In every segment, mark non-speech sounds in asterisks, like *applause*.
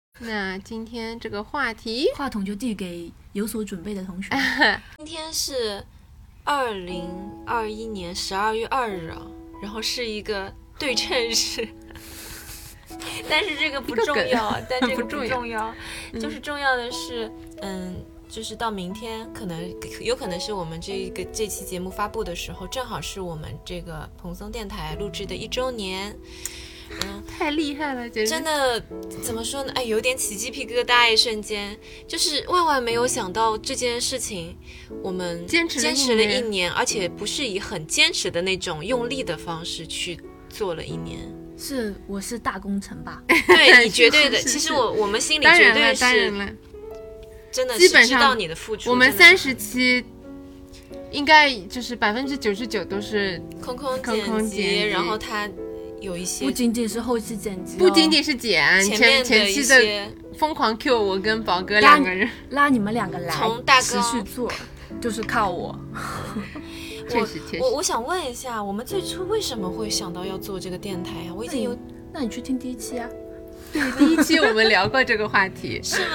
*laughs* 那今天这个话题， *laughs* 话筒就递给有所准备的同学。 *laughs* 今天是二零二一年十二月二日啊，然后是一个对称日， *laughs* 但是这个不重 *laughs* 要，啊但这不个重要重要，嗯就是重要的是，嗯，就是到明天可能有可能是我们这一个这期节目发布的时候，正好是我们这个蓬松电台录制的一周年。太厉害了，简直真的怎么说呢？哎，有点起鸡皮疙瘩，一瞬间，就是万万没有想到这件事情，我们坚持了一坚持了一年年，而且不是以很坚持的那种用力的方式去做了一 *laughs* 年。是，我是大工程吧？对你绝对的，是是其实我我们心里当绝然了，对当然是了，真的基是本知上道你的付出。我们真的三是十期应该就是百分之九十九都是，空空空空剪剪辑辑，然后他有一些不仅仅是后期剪辑哦，不仅仅是简前前面前一期的些疯狂 Q 我跟宝哥拉两个人，拉你们两个来，从大纲持续做，就是靠我。确实确 *laughs* 我实，我想问一下，我们最初为什么会想到要做这个电台呀、啊我已经有，那你去听第一期啊。第一期我们聊过这个话题嗯是吗？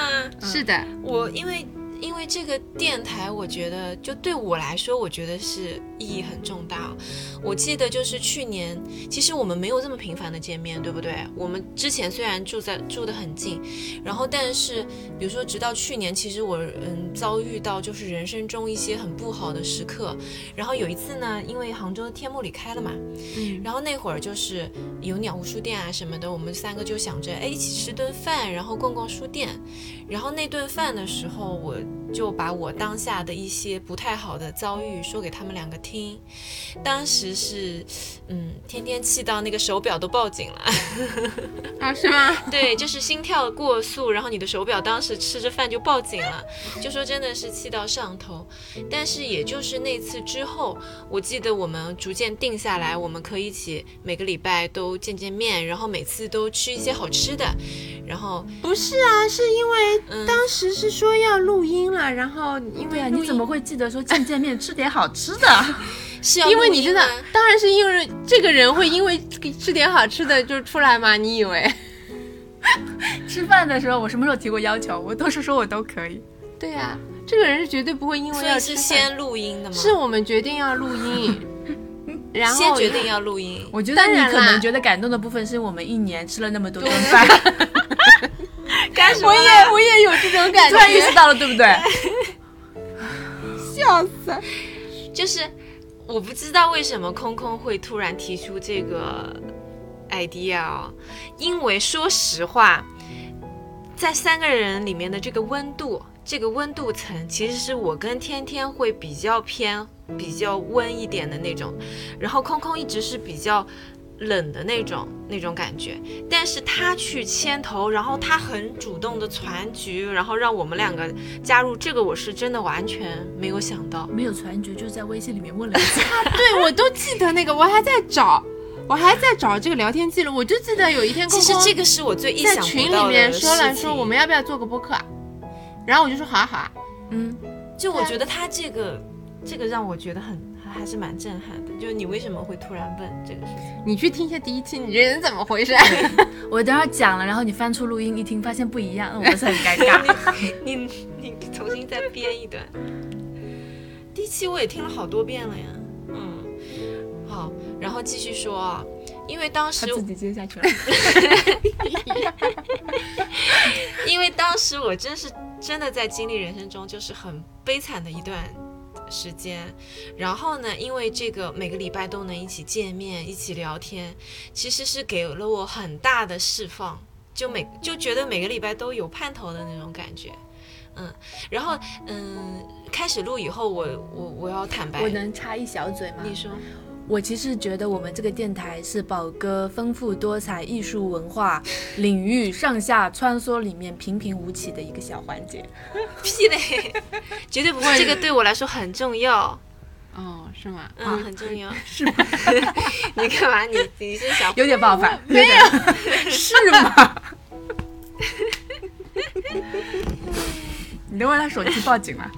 是的，我因为因为这个电台，我觉得就对我来说，我觉得是意义很重大。我记得就是去年，其实我们没有这么频繁的见面，对不对？我们之前虽然住在住得很近，然后但是比如说直到去年，其实我嗯遭遇到就是人生中一些很不好的时刻。然后有一次呢，因为杭州的天幕里开了嘛，嗯，然后那会儿就是有鸟屋书店啊什么的，我们三个就想着，哎，一起吃顿饭，然后逛逛书店。然后那顿饭的时候，我就把我当下的一些不太好的遭遇说给他们两个听。当时是，嗯，天天气到那个手表都报警了。啊是吗？ *laughs* 对，就是心跳过速，然后你的手表当时吃着饭就报警了，就说真的是气到上头。但是也就是那次之后，我记得我们逐渐定下来，我们可以一起每个礼拜都见见面，然后每次都吃一些好吃的，然后 *laughs* 不是啊，是因为嗯，当时是说要录音了，然后因为对啊，录你音怎么会记得说见见面吃点好吃的？是要因为录你音真的吗，当然是因为这个人会因为吃点好吃的就出来吗？你以为？吃饭的时候我什么时候提过要求？我都是说我都可以。对呀、这个人是绝对不会因为所要以吃是饭先录音的吗？是我们决定要录 *laughs* 音，然后先决定要录音。我觉得当你然可啦能觉得感动的部分是我们一年吃了那么多顿饭，干什我也我也有这种感突然意识觉，到了，对不对？笑死！就是我不知道为什么空空会突然提出这个 idea 哦，因为说实话，在三个人里面的这个温度，这个温度层其实是我跟天天会比较偏比较温一点的那种，然后空空一直是比较。冷的那种那种感觉，但是他去牵头，然后他很主动的攒局，然后让我们两个加入这个，我是真的完全没有想到。没有传觉，就是在微信里面问了一下。对我都记得那个，我还在找，我还在找这个聊天记录，我就记得有一天空其空实这个是我最意在想群里不到面的说了事情说我们要不要做个播客啊，然后我就说好啊好啊，嗯，就我觉得他这个这个让我觉得很还还是蛮震撼的。就是你为什么会突然问这个事情？你去听一下第一期，你这人怎么回事？ *laughs* 我等会儿讲了，然后你翻出录音一听，发现不一样，那我不是很尴 *laughs* 尬。 *laughs* 你你你重新再编一段。第一期我也听了好多遍了呀。嗯，好，然后继续说啊，因为当他时自己接下去了。因为当时我真是真的在经历人生中就是很悲惨的一段时间，然后呢，因为这个每个礼拜都能一起见面、一起聊天，其实是给了我很大的释放，就每就觉得每个礼拜都有盼头的那种感觉。嗯，然后嗯，开始录以后，我我我要坦白，我能插一小嘴吗？你说，我其实觉得我们这个电台是宝哥丰富多彩艺术文化领域上下穿梭里面平平无奇的一个小环节。屁嘞，绝对不会，这个对我来说很重要。哦，是吗？嗯，很重要。是 *laughs* 你干嘛？你你是想有点不好 *laughs* 翻，没有， *laughs* 是吗？你都为他手机报警了，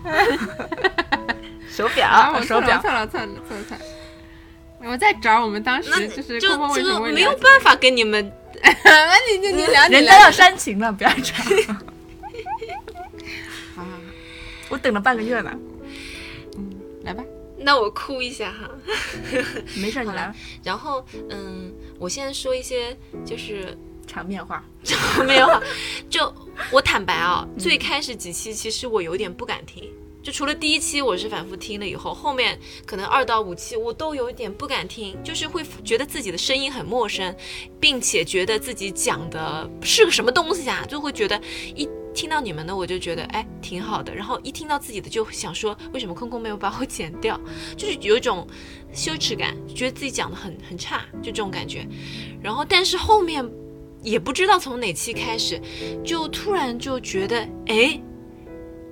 手表？啊，我 *laughs* 错手了，我表错了，我错了，我错了，我错了。我在找我们当时那就是就空空为这什个么会没有聊办法跟你们 *laughs* 那你你你聊你人聊家，要煽情了，不要这样。好好好， *laughs* 我等了半个月呢，来吧，那我哭一下哈。没事，你来吧然后，嗯，我现在说一些就是场面话。 *laughs* 没有啊，就我坦白啊，最开始几期其实我有点不敢听，就除了第一期我是反复听了以后，后面可能二到五期我都有一点不敢听，就是会觉得自己的声音很陌生，并且觉得自己讲的是个什么东西啊，就会觉得一。听到你们的，我就觉得哎挺好的，然后一听到自己的就想说，为什么空空没有把我剪掉？就是有一种羞耻感，觉得自己讲的很很差，就这种感觉。然后，但是后面也不知道从哪期开始，就突然就觉得，哎，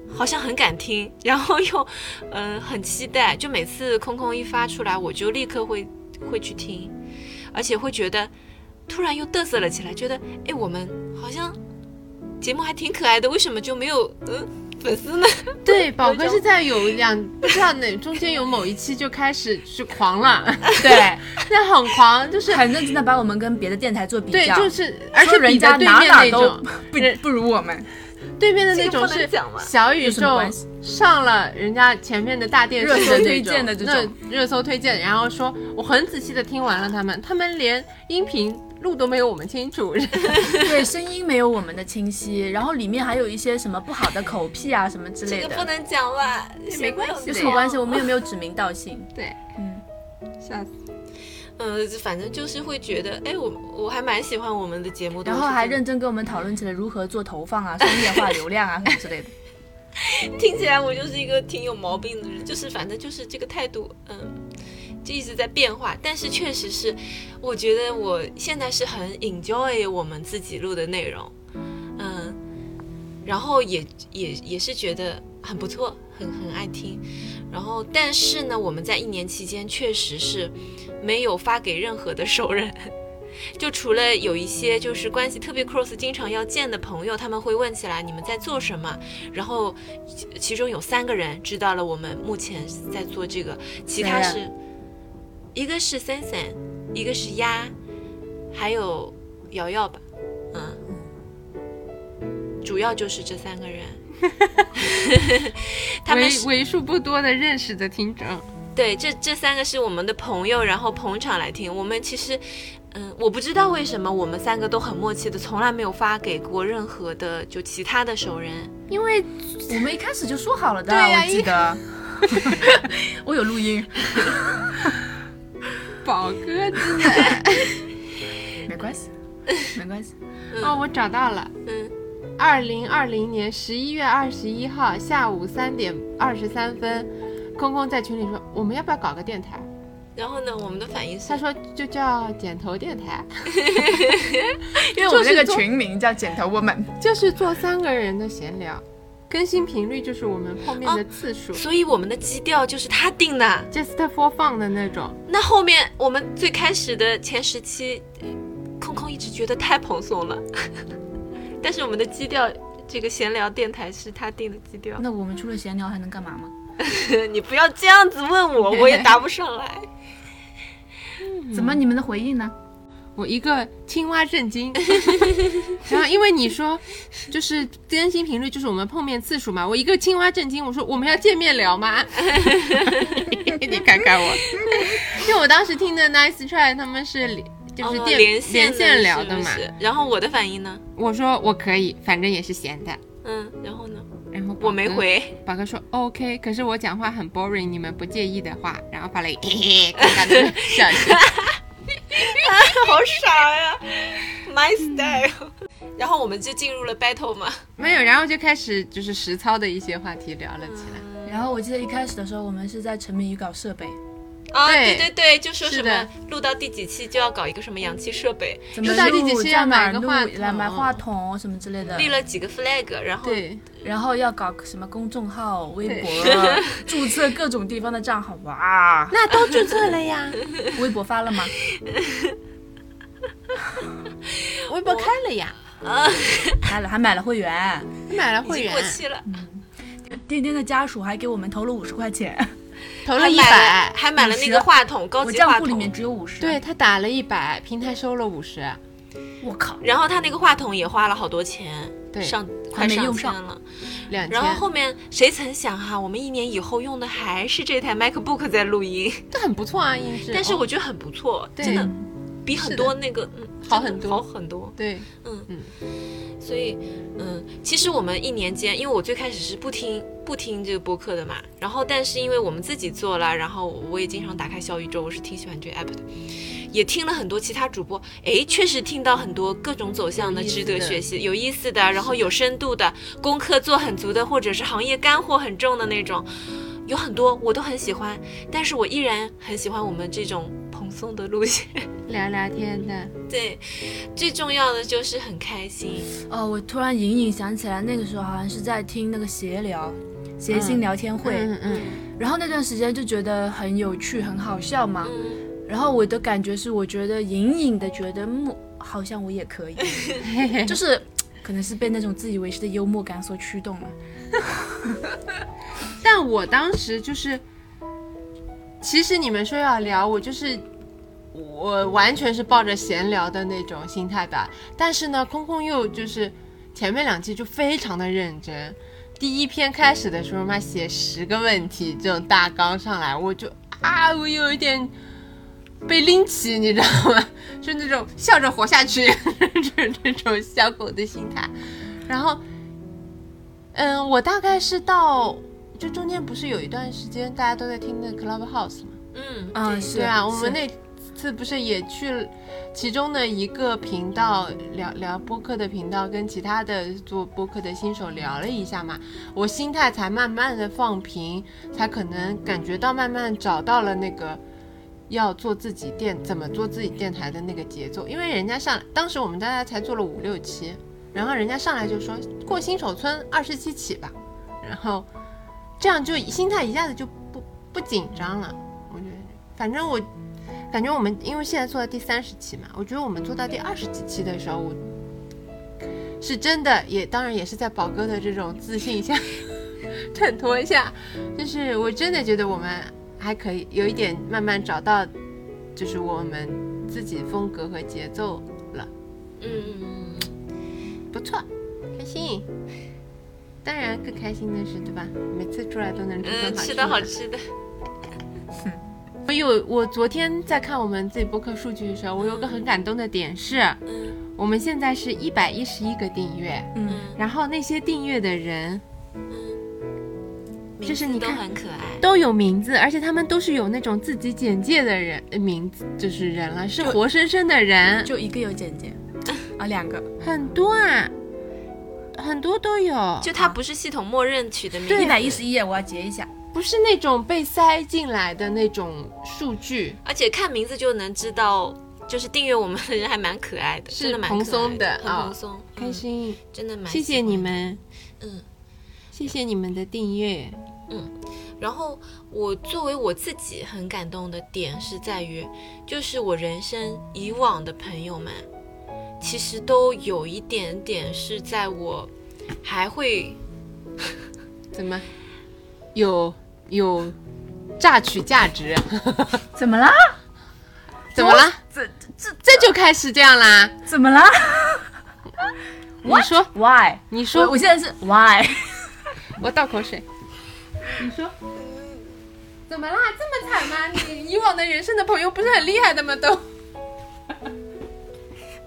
好像很敢听，然后又， *laughs* 嗯、很期待。就每次空空一发出来，我就立刻会会去听，而且会觉得，突然又嘚瑟了起来，觉得，哎，我们好像节目还挺可爱的，为什么就没有嗯粉丝 *laughs* 呢？对，宝哥是在有两不知道哪中间有某一期就开始就狂了，对，那很狂，就是很认真的把我们跟别的电台做比对，较，就是而且说人比家在对哪面哪那都 *laughs* 种，不不如我们，对面的那这个种不能是讲吗小宇有什么宙关系上了人家前面的大电视热搜的推荐的这那种热搜推荐，然后说我很仔细的听完了他们，他们连音频录都没有我们清楚， *laughs* *laughs* 对，声音没有我们的清晰，然后里面还有一些什么不好的口癖啊什么之类这个不的，能讲吧？没关系的有什么关系？我们也没有指名道姓，对，嗯，吓死，呃，反正就是会觉得，哎，我我还蛮喜欢我们的节目的，然我后是还真的认真跟我们讨论起来如何做投放啊、商业化流量啊什么之类的。 *laughs* 听起来我就是一个挺有毛病的人，就是反正就是这个态度，嗯，就一直在变化。但是确实是，我觉得我现在是很 enjoy 我们自己录的内容，嗯，然后也也也是觉得很不错，很很爱听。然后，但是呢，我们在一年期间确实是没有发给任何的熟人， *laughs* 就除了有一些就是关系特别 close、经常要见的朋友，他们会问起来你们在做什么，然后其其中有三个人知道了我们目前在做这个，其他谁是一个是森森，一个是鸭，还有瑶瑶吧，嗯，嗯主要就是这三 *laughs* 个人，他们为是为数不多的认识的听众，对，这这三个是我们的朋友，然后捧场来听。我们其实，嗯，我不知道为什么我们三个都很默契的，从来没有发给过任何的就其他的熟人。因为我们一开始就说好了的，啊对呀我记得，我有录音，宝哥真的没关系，没关系。 *laughs* 哦，我找到了。嗯，二零二零年十一月二十一号下午三点二十三分，空空在群里说我们要不要搞个电台？然后呢，我们的反应是他，说就叫剪头电台，因为我们这个群名叫剪头 woman，就是做三个人的闲聊，更新频率就是我们碰面的次数、所以我们的基调就是他定的。 j u s t for fun 的那种。那后面我们最开始的前十期，呃空空一直觉得太蓬松了， *laughs* 但是我们的基调。这个闲聊电台是他定的基调，那我们除了闲聊还能干嘛吗？ *laughs* 你不要这样子问我，我也答不上来。怎么你们的回应呢？我一个青蛙震 *laughs* 惊，然后因为你说就是更新频率就是我们碰面次数嘛，我一个青蛙震惊，我说我们要见面聊吗？ *laughs* 你看看我，因为我当时听的 Nice Try 他们是连 *laughs* 就是哦电、连连的线聊的是不嘛，是然后我的反应呢？我说我可以，反正也是闲的，嗯，然后呢？然后宝我没哥。回，宝哥说 OK，可是我讲话很 boring，你们不介意的话，然后发了一个 *laughs* 嘿嘿尴尬的笑 *laughs* 声。 *laughs* 好傻呀，my 嗯 style。然后我们就进入了 battle 嘛，没有，然后就开始就是实操的一些话题聊了起来。然后我记得一开始的时候，我们是在沉迷于搞设备，啊，对对对对，就说什是么的录到第几期就要搞一个什么氧气设备，怎么知道第几录期在要哪买儿个录话筒来买话筒什么之类的，立了几个 flag，然后对，然后要搞什么公众号、微博，注册各种地方的账号。 *laughs* 哇，那都注册了呀，微博发了吗？微博开了呀，开了，还买了会员。买了已会经员嗯过，期了，丁丁的家属还给我们投了五十块钱，投还了一买了百，还买了那个话筒，高我级账话户里面筒，只有五十。对，他打了一百，平台收了五十，我靠，然后他那个话筒也花了好多钱，对上快还没用上千上了。两千然，后后面谁曾想哈、我们一年以后用的还是这台 MacBook 在录音，这很不错啊，音质。但是哦我觉得很不错，对真的比很多那个嗯好真的很多好很多。对，嗯嗯，所以嗯，其实我们一年间，因为我最开始是不听不听这个播客的嘛，然后但是因为我们自己做了，然后我也经常打开小宇宙，我是挺喜欢这个 app 的，也听了很多其他主播，诶，确实听到很多各种走向的有意思值的得学习、有意思的，然后有深度的，功课做很足的，或者是行业干货很重的那种。有很多我都很喜欢，但是我依然很喜欢我们这种蓬松的路线。 *laughs* 聊聊天的，对，最重要的就是很开心。哦，我突然隐隐想起来，那个时候好像是在听那个闲聊，谐星聊天会，嗯嗯，然后那段时间就觉得很有趣，很好笑嘛。嗯，然后我的感觉是，我觉得隐隐的觉得，嗯，好像我也 *laughs* 可以，就是可能是被那种自以为是的幽默感所驱动了。但我当时就是，其实你们说要聊，我就是。我完全是抱着闲聊的那种心态吧，但是呢，空空又就是前面两季就非常的认真，第一篇开始的时候嘛，写十个问题这种大纲上来，我就啊，我有一点被拎起，你知道吗？就那种笑着活下去， *laughs* 就是这种小狗的心态。然后，嗯，我大概是到就中间不是有一段时间大家都在听那 Clubhouse 吗？嗯嗯，嗯，是对啊，我是们那次不是也去了其中的一个频道聊聊播客的频道，跟其他的做播客的新手聊了一下嘛，我心态才慢慢的放平，才可能感觉到慢慢找到了那个。要做自己电怎么做自己电台的那个节奏，因为人家上当时我们大家才做了五六期，然后人家上来就说过新手村二十期起吧，然后这样就心态一下子就不不紧张了。我觉得，反正我感觉我们因为现在做到第三十期嘛，我觉得我们做到第二十几期的时候，我是真的也当然也是在宝哥的这种自信下 *laughs* 衬托一下，就是我真的觉得我们还可以有一点慢慢找到，就是我们自己风格和节奏了。嗯，不错，开心。当然，更开心的是，对吧？每次出来都能吃嗯，顿好吃吃的的。好吃的，我有，我昨天在看我们自己播客数据的时候，我有个很感动的点是，嗯我们现在是一百一十一个订阅，嗯，嗯然后那些订阅的人嗯，这是你名字都看很可爱，都有名字，而且他们都是有那种自己简介的人呃名字，就是人了，是活生生的人，就一个有简介啊，两个很多啊，很多都有，就它不是系统默认取的名字，一百一十一页，我要截一下。不是那种被塞进来的那种数据，而且看名字就能知道，就是订阅我们的人还蛮可爱的，是真的蛮蓬可爱松的的，很啊蓬松，开心，嗯，真的蛮，谢谢你，们，嗯。谢谢你们的订阅，然后我作为我自己很感动的点是在于，就是我人生以往的朋友们，其实都有一点点是在我还会怎么有有榨取价值？怎么啦？怎么啦？这这这就开始这样啦？这怎么啦你说， ？Why？你我说我，现在是 Why？我倒口水。你说，怎么啦？这么惨吗？你以往的人生的朋友不是很厉害的吗？都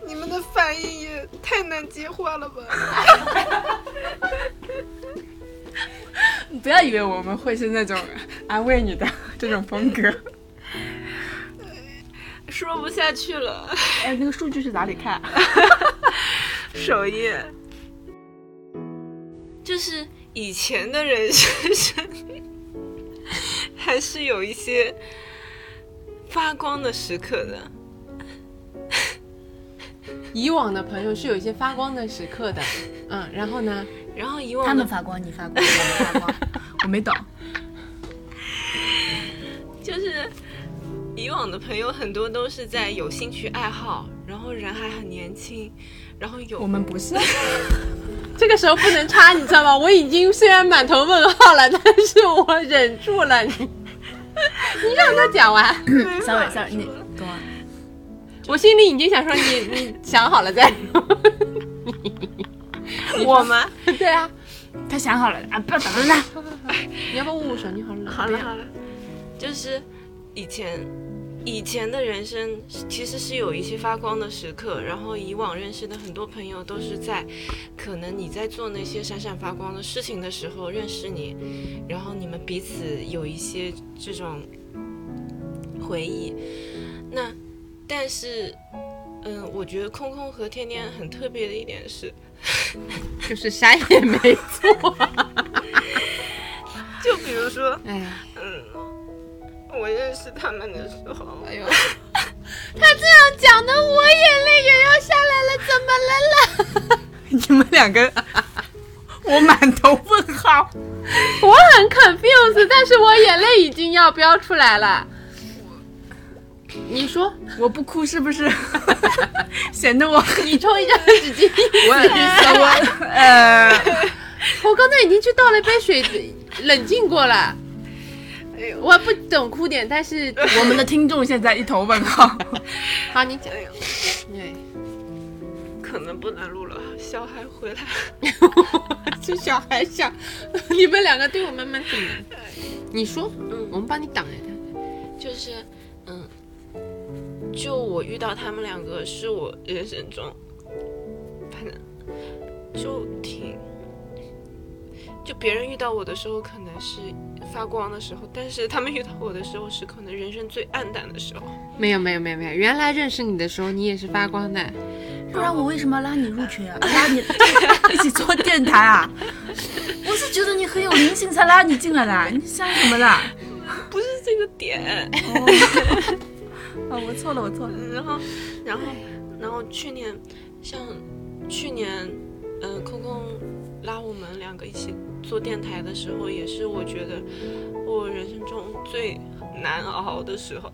你们的反应也太难接话了吧？你 *laughs* 不要以为我们会是那种 *laughs* 安慰你的这种风格。说不下去了。 *laughs* *laughs* 哎，那个数据是哪里看？啊首页，就是以前的人身上， *laughs* 还是有一些发光的时刻的。以往的朋友是有一些发光的时刻的，嗯，然后呢？然后以往他们的发光，你发光，我们发 *laughs* 光，我没懂。就是以往的朋友很多都是在有兴趣爱好，然后人还很年轻，然后有我们不是，这个时候不能插，你知道吗？我已经虽然满头问号了，但是我忍住 *laughs* 了。你你让他讲完。 *laughs* *laughs* 稍微稍微，你懂啊？我心里已经想说你你想好了再说。我吗？对啊，他想好了啊，不要打断他。你要不要握握手？你好冷。好了好了，就是以前以前的人生是其实是有一些发光的时刻，然后以往认识的很多朋友都是在可能你在做那些闪闪发光的事情的时候认识你，然后你们彼此有一些这种回忆。那但是，嗯，我觉得空空和天天很特别的一点是，就是啥也没 *laughs* 做。就比如说，哎呀，嗯，我认识他们的时候，哎呦， *laughs* 他这样讲的，我眼泪也要下来了，怎么了啦？ *laughs* 你们两个， *laughs* 我满头问号。我很 confused，但是我眼泪已经要飙出来了。你 *laughs* 说，我不哭是不 *laughs* 是显得我很你抽一张纸巾。 *laughs* 我我呃，我刚才已经去倒了一杯水，冷静过了。哎呦，我不懂哭点，但 *laughs* 是 *laughs* 我们的听众现在一头问号。好，你讲哎。呦， *laughs* 对，可能不能录了，小孩回来了。这小孩想，你们两个对我慢慢怎么？你说，嗯我们帮你挡着他。就是，嗯，就我遇到他们两个是我人生中，反正就挺，就别人遇到我的时候可能是发光的时候，但是他们遇到我的时候是可能人生最暗淡的时候。没有没有没有没有，原来认识你的时候你也是发光的，不然我为什么要拉你入 *laughs* 群啊？拉你一起做电台啊？我是觉得你很有灵性才拉你进来的啊，你想什么呢？不是这个点，哦， *laughs* 我错了，我错了。然后，然后，然后去年，像去年，嗯、空空拉我们两个一起做电台的时候，也是我觉得我人生中最难熬的时候。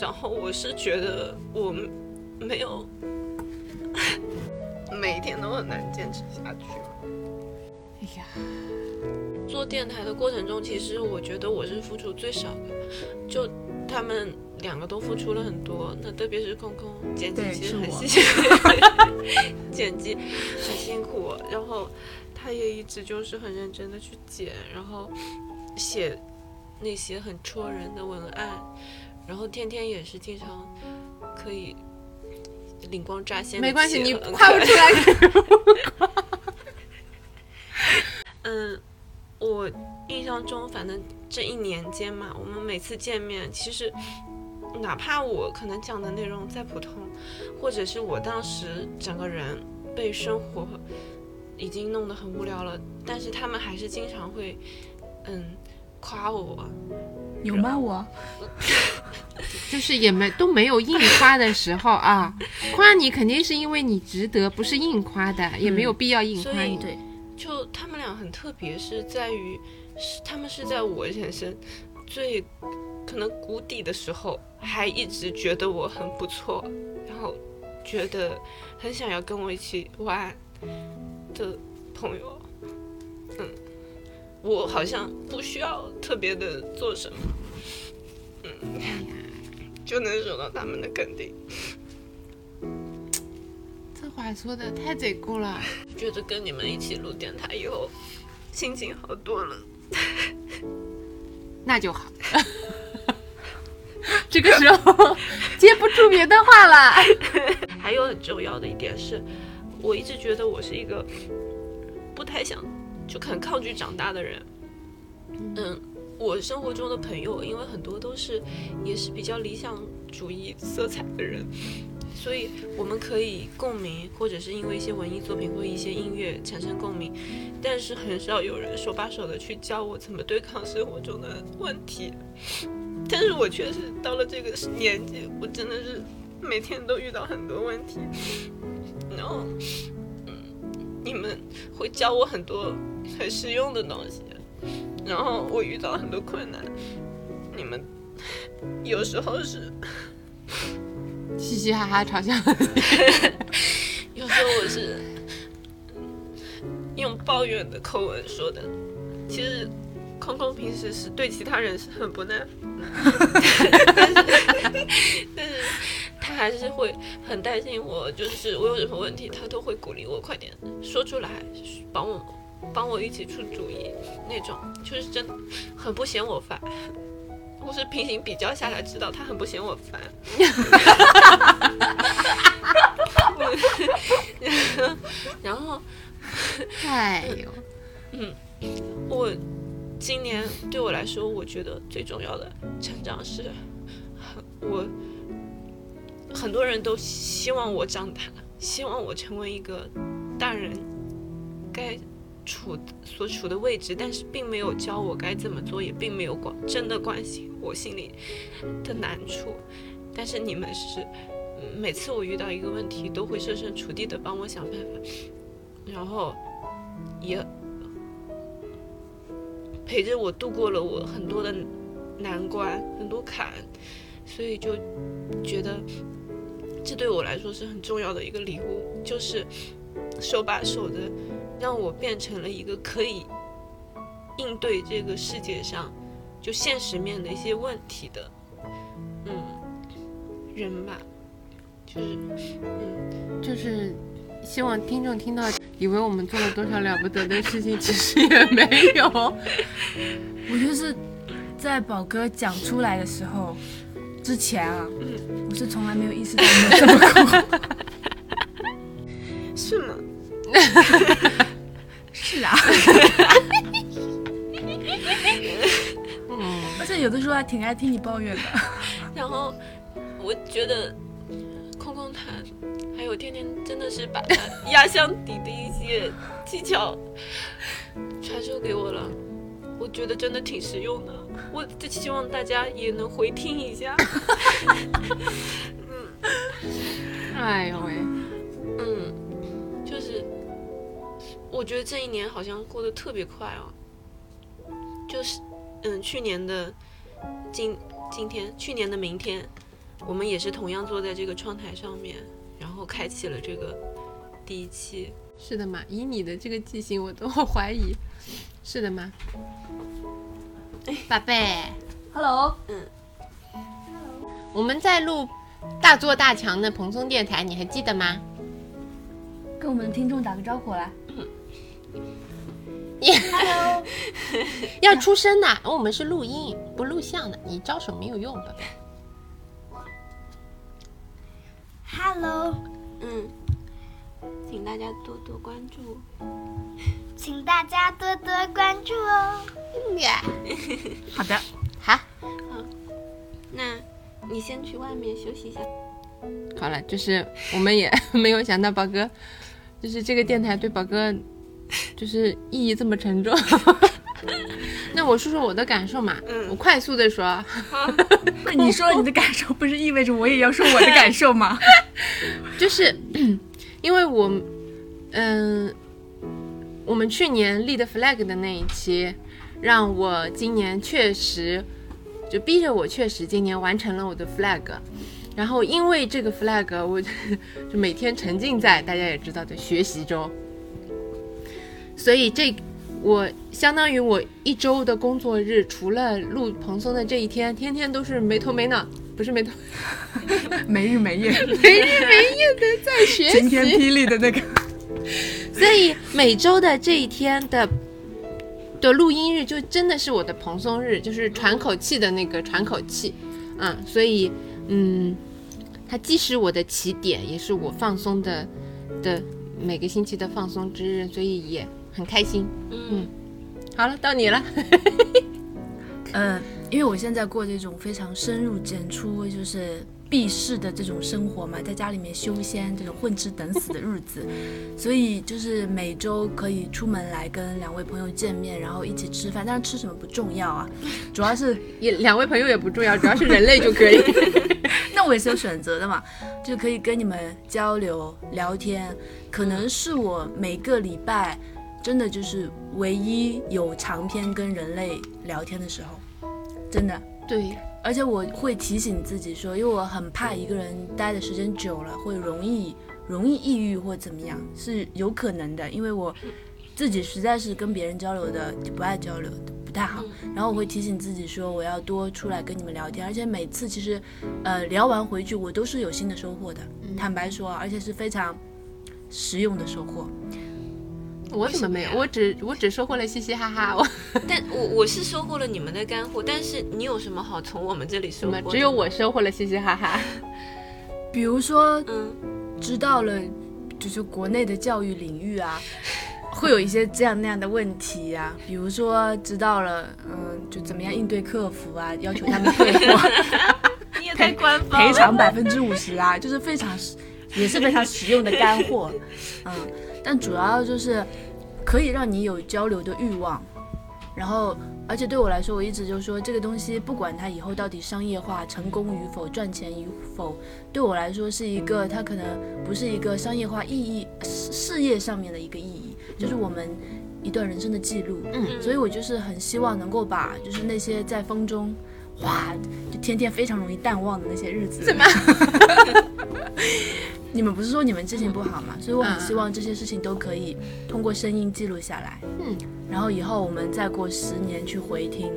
然后我是觉得我没有， *laughs* 每一天都很难坚持下去。哎呀，做电台的过程中，其实我觉得我是付出最少的，就他们两个都付出了很多，那特别是空空剪辑对其是实很我辛苦， *laughs* 剪辑很辛苦，然后他也一直就是很认真的去剪，然后写那些很戳人的文案，然后天天也是经常可以灵光乍现地没关系，写你很夸不快出 *laughs* 来。嗯，我印象中，反正这一年间嘛，我们每次见面，其实哪怕我可能讲的内容再普通，或者是我当时整个人被生活已经弄得很无聊了，但是他们还是经常会，嗯，夸我。有吗？我就是也没都没有硬夸的时候啊，夸你肯定是因为你值得，不是硬夸的，也没有必要硬夸嗯所以你。对，就他们俩很特别，是在于是他们是在我人生最可能谷底的时候，还一直觉得我很不错，然后觉得很想要跟我一起玩的朋友。嗯，我好像不需要特别的做什么，嗯就能受到他们的肯定。这话说的太贼够了。 *laughs* 觉得跟你们一起录电台以后，心情好多了，那就好。 *laughs* 这个时候接不出别的话了。还有很重要的一点是，我一直觉得我是一个不太想，就很抗拒长大的人。嗯，我生活中的朋友，因为很多都是也是比较理想主义色彩的人，所以我们可以共鸣，或者是因为一些文艺作品或一些音乐产生共鸣，但是很少有人手把手的去教我怎么对抗生活中的问题。但是我确实到了这个年纪，我真的是 *laughs* 每天都遇到很多问题，然后，嗯，你们会教我很多很实用的东西，然后我遇到很多困难，你们有时候是嘻嘻哈哈嘲笑，有时候我是用抱怨的口吻说的，其实空空平时是对其他人是很不耐， *laughs* 但是他还是会很担心我，就是我有什么问题，他都会鼓励我快点说出来，帮我帮我一起出主意那种，就是真的很不嫌我烦。我是平行比较下来知道他很不嫌我烦，然后哎呦，我今年对我来说，我觉得最重要的成长是，我很多人都希望我长大，希望我成为一个大人该处所处的位置，但是并没有教我该怎么做，也并没有关真的关心我心里的难处。但是你们是嗯每次我遇到一个问题，都会设身处地的帮我想办法，然后也陪着我度过了我很多的难关、很多坎，所以就觉得这对我来说是很重要的一个礼物，就是手把手的让我变成了一个可以应对这个世界上就现实面的一些问题的，嗯，人吧，就是嗯，就是希望听众听到，以为我们做了多少了不得的事情，其实也没有。我就是在宝哥讲出来的时候，之前啊，我是从来没有意识到你有这么 *laughs* 酷。是吗？是 *laughs* 啊，嗯，而且有的时候还挺爱听你抱怨的。然后我觉得空空谈还有天天真的是把它压箱底的一些技巧传授给我了，我觉得真的挺实用的。我就希望大家也能回听一下。哎呦喂，嗯，就是我觉得这一年好像过得特别快哦，就是嗯，去年的今今天，去年的明天，我们也是同样坐在这个窗台上面，然后开启了这个第一期。是的嘛？以你的这个记性，我都 *laughs* 我怀疑，是的吗？宝贝， Hello，我们在录大做大强的蓬松电台，你还记得吗？跟我们的听众打个招呼来。啊要出声呐、我们是录音不录像的，你招手没有用的。 Hello，嗯，请大家多多关注。请大家多多关注哦。好的，好，那你先去外面休息一下。好了，就是我们也 *laughs* 没有想到宝哥，就是这个电台对宝哥就是意义这么沉重。 *laughs* 那我说说我的感受嘛，嗯我快速的说，啊那你说你的感受，不是意味着我也要说我的感受 *laughs* 吗？就是 *clears throat* 因为我，嗯、我们去年立的 flag 的那一期，让我今年确实就逼着我确实今年完成了我的 flag。然后因为这个 flag，我 *laughs* 就每天沉浸在大家也知道的学习中，所以这我相当于我一周的工作日，除了录蓬松的这一天，天天都是没头没脑，不是没头没日没夜，没日没夜的在学习。晴天霹雳的那个。所以每周的这一天的的录音日，就真的是我的蓬松日，就是喘口气的那个喘口气，嗯，所以嗯，它既是我的起点，也是我放松的的每个星期的放松之日，所以也很开心。嗯好了，到你了， *laughs* *laughs* 嗯，因为我现在过这种非常深入简出，就是避世的这种生活嘛，在家里面修仙这种混吃等死的日 *laughs* 子，所以就是每周可以出门来跟两位朋友见面，然后一起吃饭，但是吃什么不重要啊，主要是也两位朋友也不重要，主要是人类就可 *laughs* 以。 *laughs* 那我也是有选择的嘛，就可以跟你们交流聊天，可能是我每个礼拜真的就是唯一有长篇跟人类聊天的时候，真的。对，而且我会提醒自己说，因为我很怕一个人待的时间久了会容易容易抑郁或怎么样，是有可能的。因为我自己实在是跟别人交流的就不爱交流，不太太好。然后我会提醒自己说，我要多出来跟你们聊天，而且每次其实，呃，聊完回去我都是有新的收获的，坦白说，而且是非常实用的收获。我怎么没有？我只我只收获了嘻嘻哈哈，我但我我是收获了你们的干货，但是你有什么好从我们这里怎收么获的？只有我收获了嘻嘻哈哈？ *laughs* 比如说，嗯，知道了，就是国内的教育领域啊， *laughs* 会有一些这样那样的问题啊，比如说知道了，嗯，就怎么样应对客服啊，要求他们退货你也太官方赔了。偿百分之五十啊，就是非常实，也是非常实用的干货，嗯，但主要就是可以让你有交流的欲望，然后。而且对我来说，我一直就说这个东西，不管它以后到底商业化成功与否、赚钱与否，对我来说是一个，它可能不是一个商业化意义、事事业上面的一个意义，就是我们一段人生的记录。嗯，所以我就是很希望能够把，就是那些在风中，哇，就天天非常容易淡忘的那些日子。怎么？你们不是说你们之前不好嘛？所以我很希望这些事情都可以通过声音记录下来。嗯，然后以后我们再过十年去回听，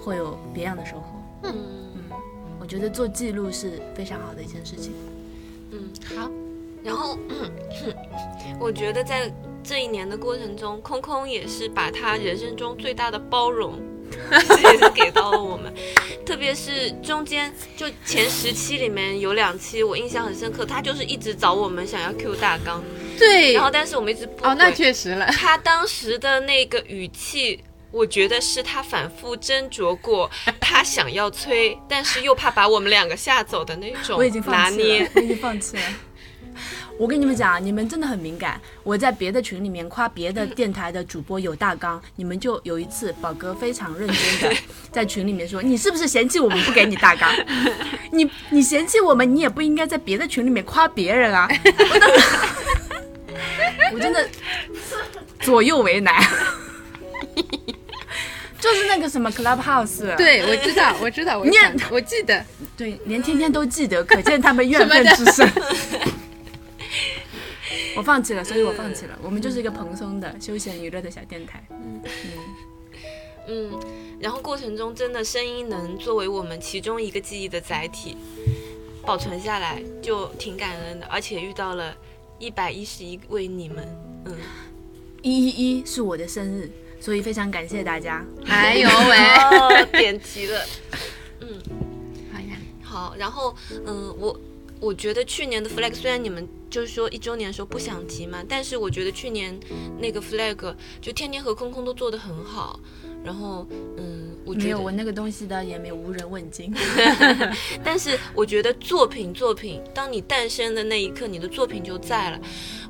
会有别样的收获。嗯我觉得做记录是非常好的一件事情。嗯，好。然后，我觉得在这一年的过程中，空空也是把他人生中最大的包容也是给到了我们，特别是中间就前十期里面有两期我印象很深刻，他就是一直找我们想要 Q 大纲，对，然后但是我们一直不哦，那回确实了，他当时的那个语气，我觉得是他反复斟酌过，他想要催，但是又怕把我们两个吓走的那种我已经拿放弃了捏，。我已经放弃了。我跟你们讲，你们真的很敏感。我在别的群里面夸别嗯的电台的主播有大纲，你们就有一次宝哥非常认 *laughs* 真的在群里面说：“你是不是嫌弃我们不给你大纲？你你嫌弃我们，你也不应该在别的群里面夸别人啊！”我当时 *laughs* 我真的左右为难， *laughs* 就是那个什么 Clubhouse，对我知 *laughs* 道，我知道，我想你我记得，对，连天天都记得，可见他 *laughs* 们怨愤什之深。 *laughs* 我放弃了，所以我放弃了。我们就是一个蓬松的休闲娱乐的小电台。嗯，然后过程中真的声音能作为我们其中一个记忆的载体保存下来，就挺感恩的，而且遇到了一百一十一位你们，嗯，一一一是我的生日，所以非常感谢大家。 *laughs* 哎呦 *laughs* 喂，哦，点题了。好哎呀，好，然后嗯、我我觉得去年的 flag 虽然你们就是说一周年的时候不想提嘛，但是我觉得去年那个 flag 就天天和空空都做得很好，然后嗯，我没觉有我得，那个东西的也没有无人问 *laughs* 津。但是我觉得作品作品，当你诞生的那一刻，你的作品就在了。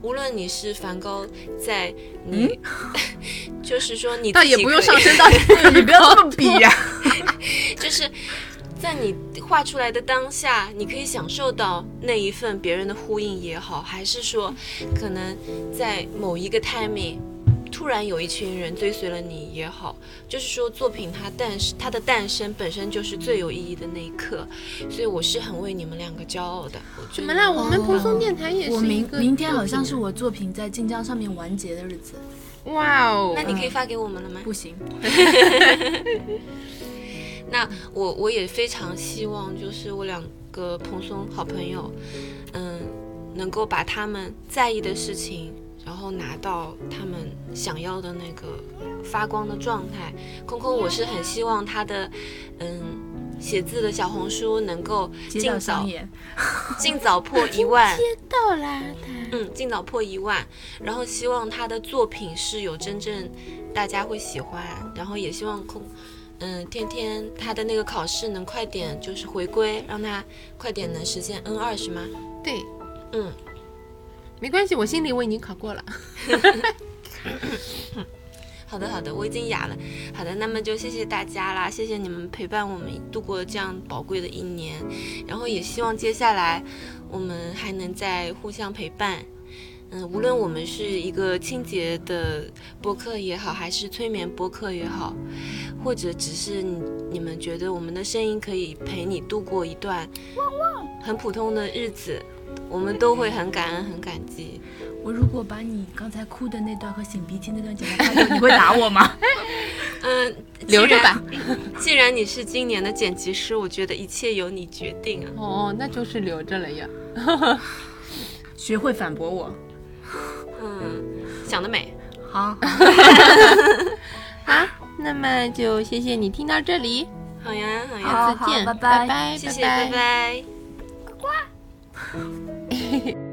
无论你是梵高在你， *laughs* 就是说你嗯倒自也己不用可以上升到你不要这么比啊呀、 *laughs* 就是在你画出来的当下，你可以享受到那一份别人的呼应也好，还是说，可能在某一个 timing，突然有一群人追随了你也好，就是说作品它诞生，它的诞生本身就是最有意义的那一刻，所以我是很为你们两个骄傲的。我觉怎得么啦？我们蓬松电台也哦我是一明个明天好像是我作品在晋江上面完结的日子，哇哦那，你可以发给我们了吗？嗯不行，那我我也非常希望，就是我两个蓬松好朋友，嗯，能够把他们在意的事情，然后拿到他们想要的那个发光的状态。空空，我是很希望他的，嗯。写字的小红书能够街尽道早商演。尽早破一万，到啦，嗯，尽早破一万，然后希望他的作品是有真正大家会喜欢，然后也希望空，嗯，天天他的那个考试能快点就是回归，让他快点能实现 N 二是吗？对，嗯，没关系，我心里我已经考过了，好的好的，我已经哑了。好的，那么就谢谢大家啦，谢谢你们陪伴我们度过这样宝贵的一年，然后也希望接下来我们还能再互相陪伴。嗯，无论我们是一个清洁的播客也好，还是催眠播客也好，或者只是你你们觉得我们的声音可以陪你度过一段很普通的日子，我们都会很感恩、很感激。我如果把你刚才哭的那段和擤鼻涕那段剪在开头，你会打我吗？ *laughs* 嗯，既留着吧。然。 *laughs* 既然你是今年的剪辑师，我觉得一切由你决定啊。哦，那就是留着了呀。学会反驳我。嗯，想得美。好，好，那么就谢谢你听到这里，好呀，好呀，下好次见，拜拜拜拜，谢谢，拜拜。呱呱。